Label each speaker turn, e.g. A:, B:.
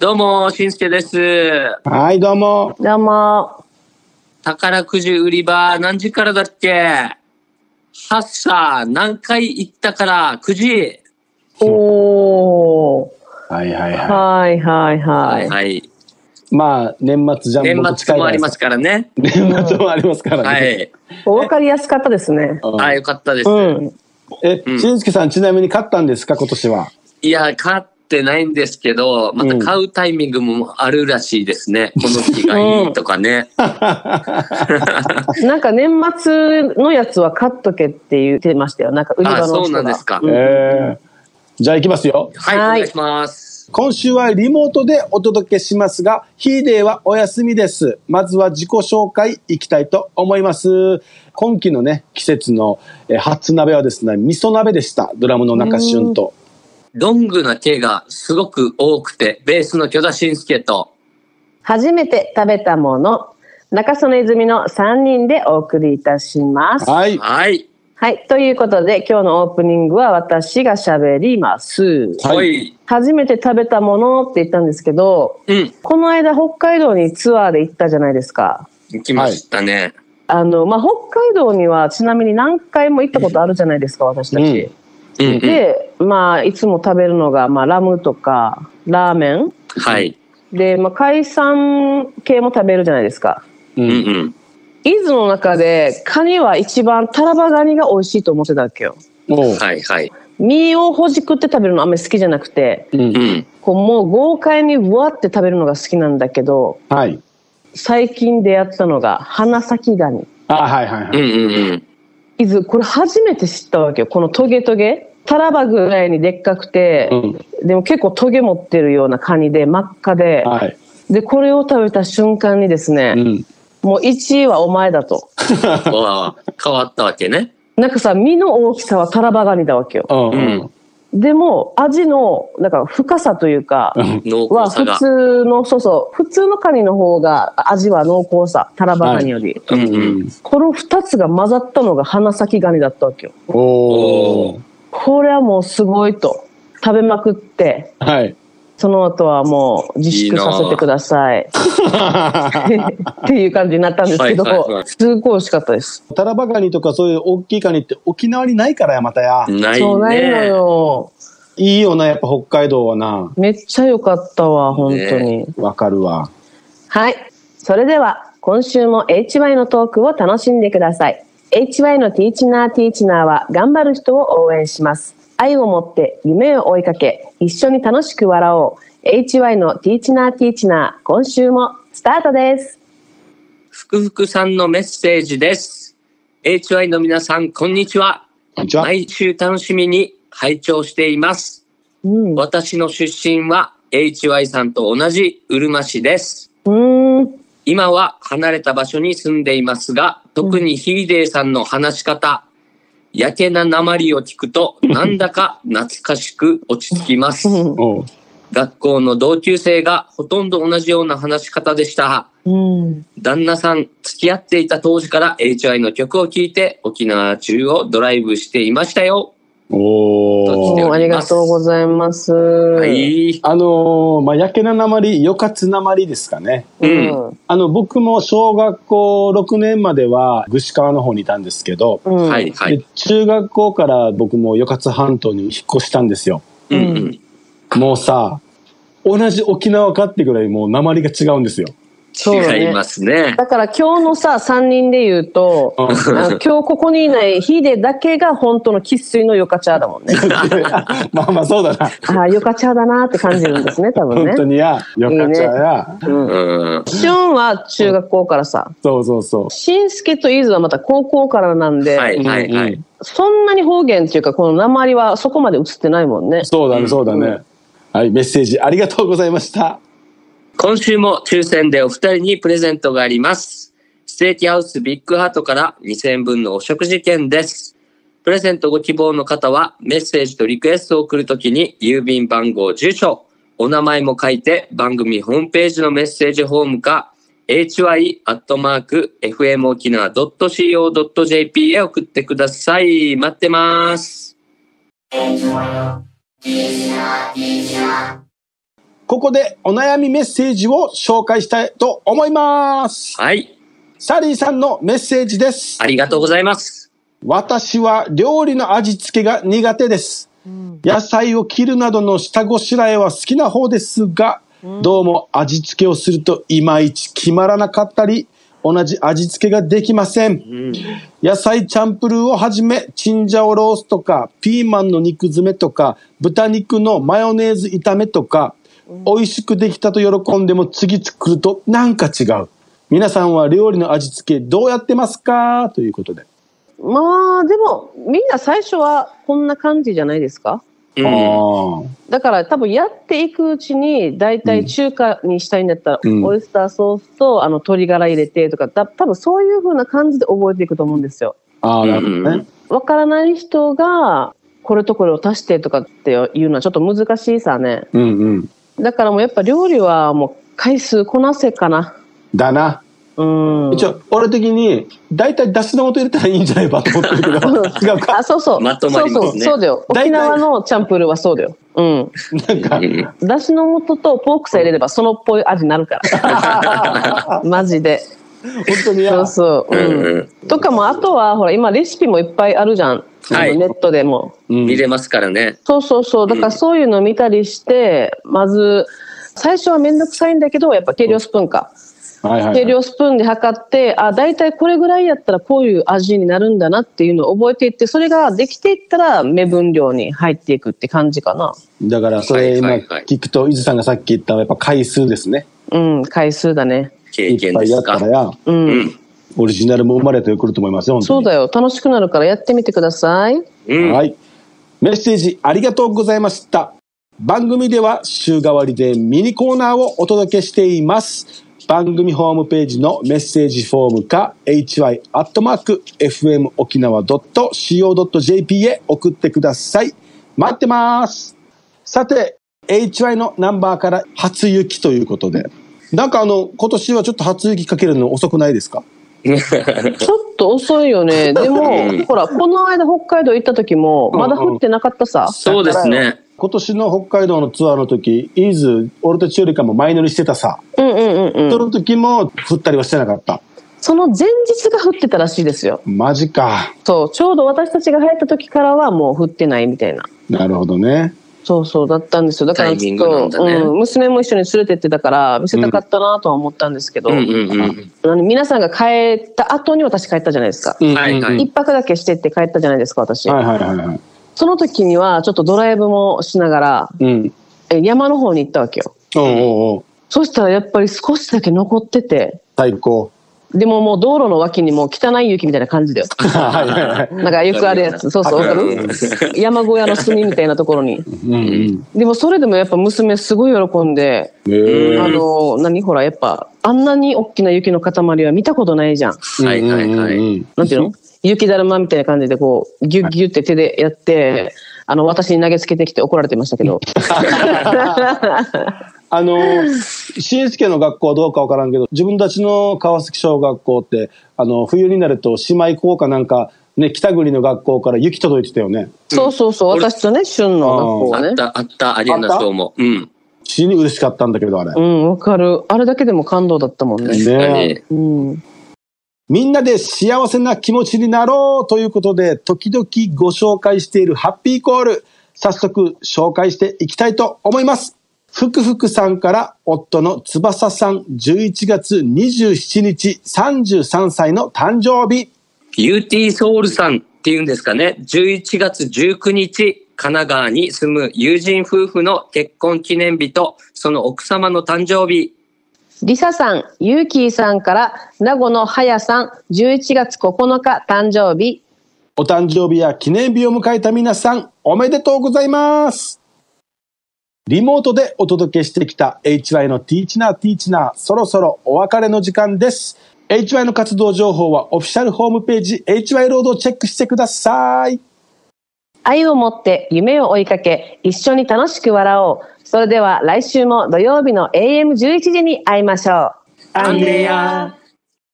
A: どうも、しんすけです。
B: はい、どうも。
C: どうも。
A: 宝くじ売り場、何時からだっけハッサー、何回行ったから、9時。
C: おー。
B: はいはいは
C: はいはいはい。
A: はい。
B: い。まあ、年末ジャンボ
A: 年
B: と
A: 末
B: 近い。
A: もありますすからね。
B: 年末もありますから
A: は
B: ね。
A: い。
C: お分かりやすかったですね。
B: うん
A: あ、よかったです。
C: うん。
B: え、
A: うん
B: しんすけさん、ちなみに勝ったんですか、今年は。
A: いや、買ってないんですけど、また買うタイミングもあるらしいですね。この日がいいとかね。
C: なんか年末のやつは買っとけって言ってましたよ。なんか売り場の
A: あ、
C: 人が。
A: そうなんですか。
B: ええじゃあ、行きますよ。
A: はい、お
C: はい
A: 願いします。
B: 今週はリモートでお届けしますが、ヒーデーはお休みです。まずは自己紹介いきたいと思います。今期のね、季節のえー初鍋はですね、味噌鍋でした。ドラムの中旬と。
A: ロングな毛がすごく多くて、ベースの巨田信介と、
C: 初めて食べたもの。中曽根泉の3人でお送りいたします。
B: はい。
A: はい、
C: はい。ということで、今日のオープニングは私が喋ります。
B: はい
A: はい、
C: 初めて食べたものって言ったんですけど、
A: うん、
C: この間北海道にツアーで行ったじゃないですか。
A: 行きましたね。
C: あの、まあ、北海道にはちなみに何回も行ったことあるじゃないですか、私た
B: う
C: ち
B: ん。
A: うん、うん、
C: で、まあ、いつも食べるのが、まあ、ラムとか、ラーメン。
A: はい、
C: で、まあ、海産系も食べるじゃないですか。
B: う
A: うん、
B: ん。
A: うん。
C: 伊豆の中で、カニは一番、タラバガニが美味しいと思ってたわけよ。
B: おう
A: はい、はい。
C: 身をほじくって食べるのあんまり好きじゃなくて、
B: うん
A: う。ん。
C: こう、もう豪快にぶわって食べるのが好きなんだけど、
B: はい。
C: 最近出会ったのが、花咲ガニ。
B: あ、はいはいは
A: う
B: い。
A: んうんうん。
C: 伊豆これ初めて知ったわけよこのトゲトゲタラバぐらいにでっかくて、
B: うん
C: でも結構トゲ持ってるようなカニで真っ赤で、
B: はい。
C: でこれを食べた瞬間にですね
B: う、ん。
C: もう1位はお前だと
A: わあ変わったわけね。
C: なんかさ身の大きさはタラバガニだわけよ
B: うん。
A: うん
C: でも味のなんか深さというか
B: うん
A: 濃
C: は
A: 厚さ
C: 普
A: が。
C: 通のそうそう普通のカニの方が味は濃厚さタラバガニより、
A: うんうん。
B: ん。
C: この2つが混ざったのが花咲ガニだったわけよ
B: お
A: お
B: ー。
C: これはもうすごいと食べまくって
B: はい。
C: その後はもう自粛させてくださ いっていう感じになったんですけど、
A: はいはいはい
C: すごい美味しかったです。
B: タラバガニとかそういう大きいカニって沖縄にないからや、またや。
A: ない
C: そうないの
A: ね。
C: よ。
B: いいよな、やっぱ北海道はな。
C: めっちゃ良かったわ、本当に。
A: ね
B: わかるわ。
C: はい。それでは、今週も HY のトークを楽しんでください。HY のティーチナーティーチナーは頑張る人を応援します。愛を持って夢を追いかけ、一緒に楽しく笑おう。HY のティーチナーティーチナー、今週もスタートです。
A: 福福さんのメッセージです。HY の皆さん、こんにちは。
B: こんにちは。
A: 毎週楽しみに拝聴しています。
C: うん。う
A: 私の出身は HY さんと同じうるま市です。
C: ーん。
A: 今は離れた場所に住んでいますが、特にヒーデーさんの話し方、やけな鉛を聞くと、なんだか懐かしく落ち着きます。
B: おう
A: 学校の同級生がほとんど同じような話し方でした。
C: うん。
A: 旦那さん、付き合っていた当時から HI の曲を聴いて沖縄中をドライブしていましたよ。
B: お
A: どっち
B: ー
C: おありがとうございます。は
A: は。い。
B: あのー、まあ、やけななまり、よかつなまりですかね。
C: うん。
B: あの、僕も小学校6年までは、具志川の方にいたんですけど、
C: うん
A: はい、。はい
B: で。中学校から僕もよかつ半島に引っ越したんですよ。
A: うんうん。
B: もうさ、同じ沖縄かってぐらいもう鉛が違うんですよ。
C: そうだ
A: 違い
C: ね
A: ま。すね。
C: だから今日のさ、3人で言う と、
B: うん
C: あの今日ここにいないヒデだけが本当の生粋のヨカチャーだも んね。
B: まあまあそうだな。
C: ああ、ヨカチャーだなって感じるんですね、多分
B: 本
C: ね
B: 当。にや、よかちゃや。
C: うん。
A: うん。
C: シュンは中学校からさ、
B: そうそうそ。
C: しんすけとイズはまた高校からなんで、
A: はいうはいは
B: う
A: い
B: ん。
C: そんなに方言っていうか、この鉛はそこまで映ってないもんね。
B: そうだ
A: う
B: ね、
A: ん
B: そうだね。はい、メッセージありがとうございました。
A: 今週も抽選でお二人にプレゼントがあります。ステーキハウスビッグハートから2000円分のお食事券です。プレゼントご希望の方はメッセージとリクエストを送るときに郵便番号、住所、お名前も書いて番組ホームページのメッセージフォームか hy.fmokina.co.jp へ送ってください。待ってます。
B: ここでお悩みメッセージを紹介したいと思います。
A: はい。
B: サリーさんのメッセージです。
A: ありがとうございます。
B: 私は料理の味付けが苦手です。野菜を切るなどの下ごしらえは好きな方ですが、どうも味付けをするといまいち決まらなかったり、同じ味付けができません。
A: うん。
B: 野菜チャンプルーをはじめ、チンジャオロースとか、ピーマンの肉詰めとか、豚肉のマヨネーズ炒めとか、美味しくできたと喜んでも次作るとなんか違う。皆さんは料理の味付けどうやってますかということで。
C: まあでもみんな最初はこんな感じじゃないですか
A: うん
B: あー
C: だから多分やっていくうちに大体中華にしたいんだったら
B: うん
C: オイスターソースとあの鶏ガラ入れてとかだ多分そういう風な感じで覚えていくと思うんですよ。
B: あー、なるほ
A: うんう
B: どね
A: ん。
C: わからない人がこれとこれを足してとかっていうのはちょっと難しいさね。
B: うんうん。
C: だからもうやっぱ料理はもう回数こなせかな。
B: だな。
C: うん。
B: 一応、俺的に、だいたい出汁の素入れたらいいんじゃないかと思ってるけど、違 うか
C: あ、そうそう。
A: まとまりますね
C: そうそう、そうだよ。
B: 大体
C: 沖縄のチャンプルーはそうだよ。うん。
B: なんか
A: う、ん
C: だしの素とポークさえ入れればそのっぽい味にな るから。マジで。
B: 本当に
C: そ
B: や
C: う。そ
A: う
C: う。
A: ん
C: うん。
A: う
C: とかもあとはほら今レシピもいっぱいあるじゃん。
A: はい
C: ネットでも。
B: うん
A: ん。見れますからね。
C: そうそうそう。だからそういうの見たりして、まず最初はめんどくさいんだけどやっぱ計量スプーンか。
B: はいはいはい
C: 計量スプーンで測ってあ大体これぐらいやったらこういう味になるんだなっていうのを覚えていってそれができていったら目分量に入っていくって感じかな
B: だから、それ今
A: はいはいはい
B: 聞くと、伊豆さんがさっき言った、やっぱ回数ですね。
C: うん回数だね
A: 経
B: いっ
A: 験
B: ぱ
A: で
B: いや
A: す
B: ったら
A: か。
B: や、
C: うん、
A: うん。
B: オリジナルも生まれてくると思いますよ、本当
C: そう
B: に。
C: だよ楽しくなるからやってみてください
A: うん。
B: はい。メッセージありがとうございました。番組では週替わりでミニコーナーをお届けしています。番組ホームページのメッセージフォームか hy.fmokinawa.co.jp へ送ってください。待ってます。さて、hy のナンバーから初雪ということで。なんかあの、今年はちょっと初雪かけるの遅くないですか
C: ちょっと遅い よねでもほらこの間北海道行った時もまだ降ってなかったさ、
A: そうですね。
B: 今年の北海道のツアーの時、イーズ、俺たちよりかも前乗りしてたさ。
C: うん、うんうん
B: そ
C: うん
B: の時も降ったりはしてなかった。
C: その前日が降ってたらしいですよ
B: マジか。
C: そうちょうど私たちが入った時からはもう降ってないみたいな
B: なるほどね。
C: そうそうだったんですよだから
A: タイ
C: ち
A: ミン
C: ょ
A: グな
C: っ
A: ん
C: と、
A: だね
C: うん、娘も一緒に連れてってたから見せたかったなとは思ったんですけど、
A: うんうんうん。
C: あの皆さんが帰った後に私帰ったじゃないですか、
B: うん
A: はいは
B: う
A: い
B: ん
C: 一泊だけしてって帰ったじゃないですか私、
B: はいはいはいはい。
C: その時にはちょっとドライブもしながら
B: うん。
C: え山の方に行ったわけよ
B: おうおうおう
C: そしたらやっぱり少しだけ残ってて
B: 最高。
C: でももう道路の脇にもう汚い雪みたいな感じだよ
B: はいはいはい。
C: なんかよくあるやつそうそうわかる山小屋の隅みたいなところに
B: うんうん。
C: でもそれでもやっぱ娘すごい喜んで
B: へえ
C: あの何ほらやっぱあんなに大きな雪の塊は見たことないじゃん。
A: はいはいは
B: うんうんう
A: い。
B: ん
C: なんていうの雪だるまみたいな感じでこうギュッギュッって手でやってあの私に投げつけてきて怒られてましたけど
B: あのー、新助の学校はどうかわからんけど、自分たちの川崎小学校って、あの、冬になると姉妹校かなんか、ね、北国の学校から雪届いてたよね。
C: そうそうそう
A: 俺
C: 私とね旬の学校は
A: あっ
C: ね。
A: た、あった、ありえなそうも。うん。
B: 死に嬉しかったんだけど、あれ
C: う。んわかるあれだけでも感動だったもんね。
A: 確かに
B: ね。
C: うん、
B: みんなで幸せな気持ちになろうということで、時々ご紹介しているハッピーコール、早速紹介していきたいと思います。ふくふくさんから夫の翼さん11月27日33歳の誕生日。
A: UT ソウルさんっていうんですかね、11月19日、神奈川に住む友人夫婦の結婚記念日と、その奥様の誕生日。
C: リサさんユーキーさんから名護のはやさん11月9日誕生日
B: お誕生日や記念日を迎えた皆さん、おめでとうございます。リモートでお届けしてきた HY のティーチナーティーチナー、そろそろお別れの時間です。HY の活動情報はオフィシャルホームページ HY ロードをチェックしてください。
C: 愛を持って夢を追いかけ一緒に楽しく笑おうそれでは来週も土曜日の AM11 時に会いましょう
A: アンデア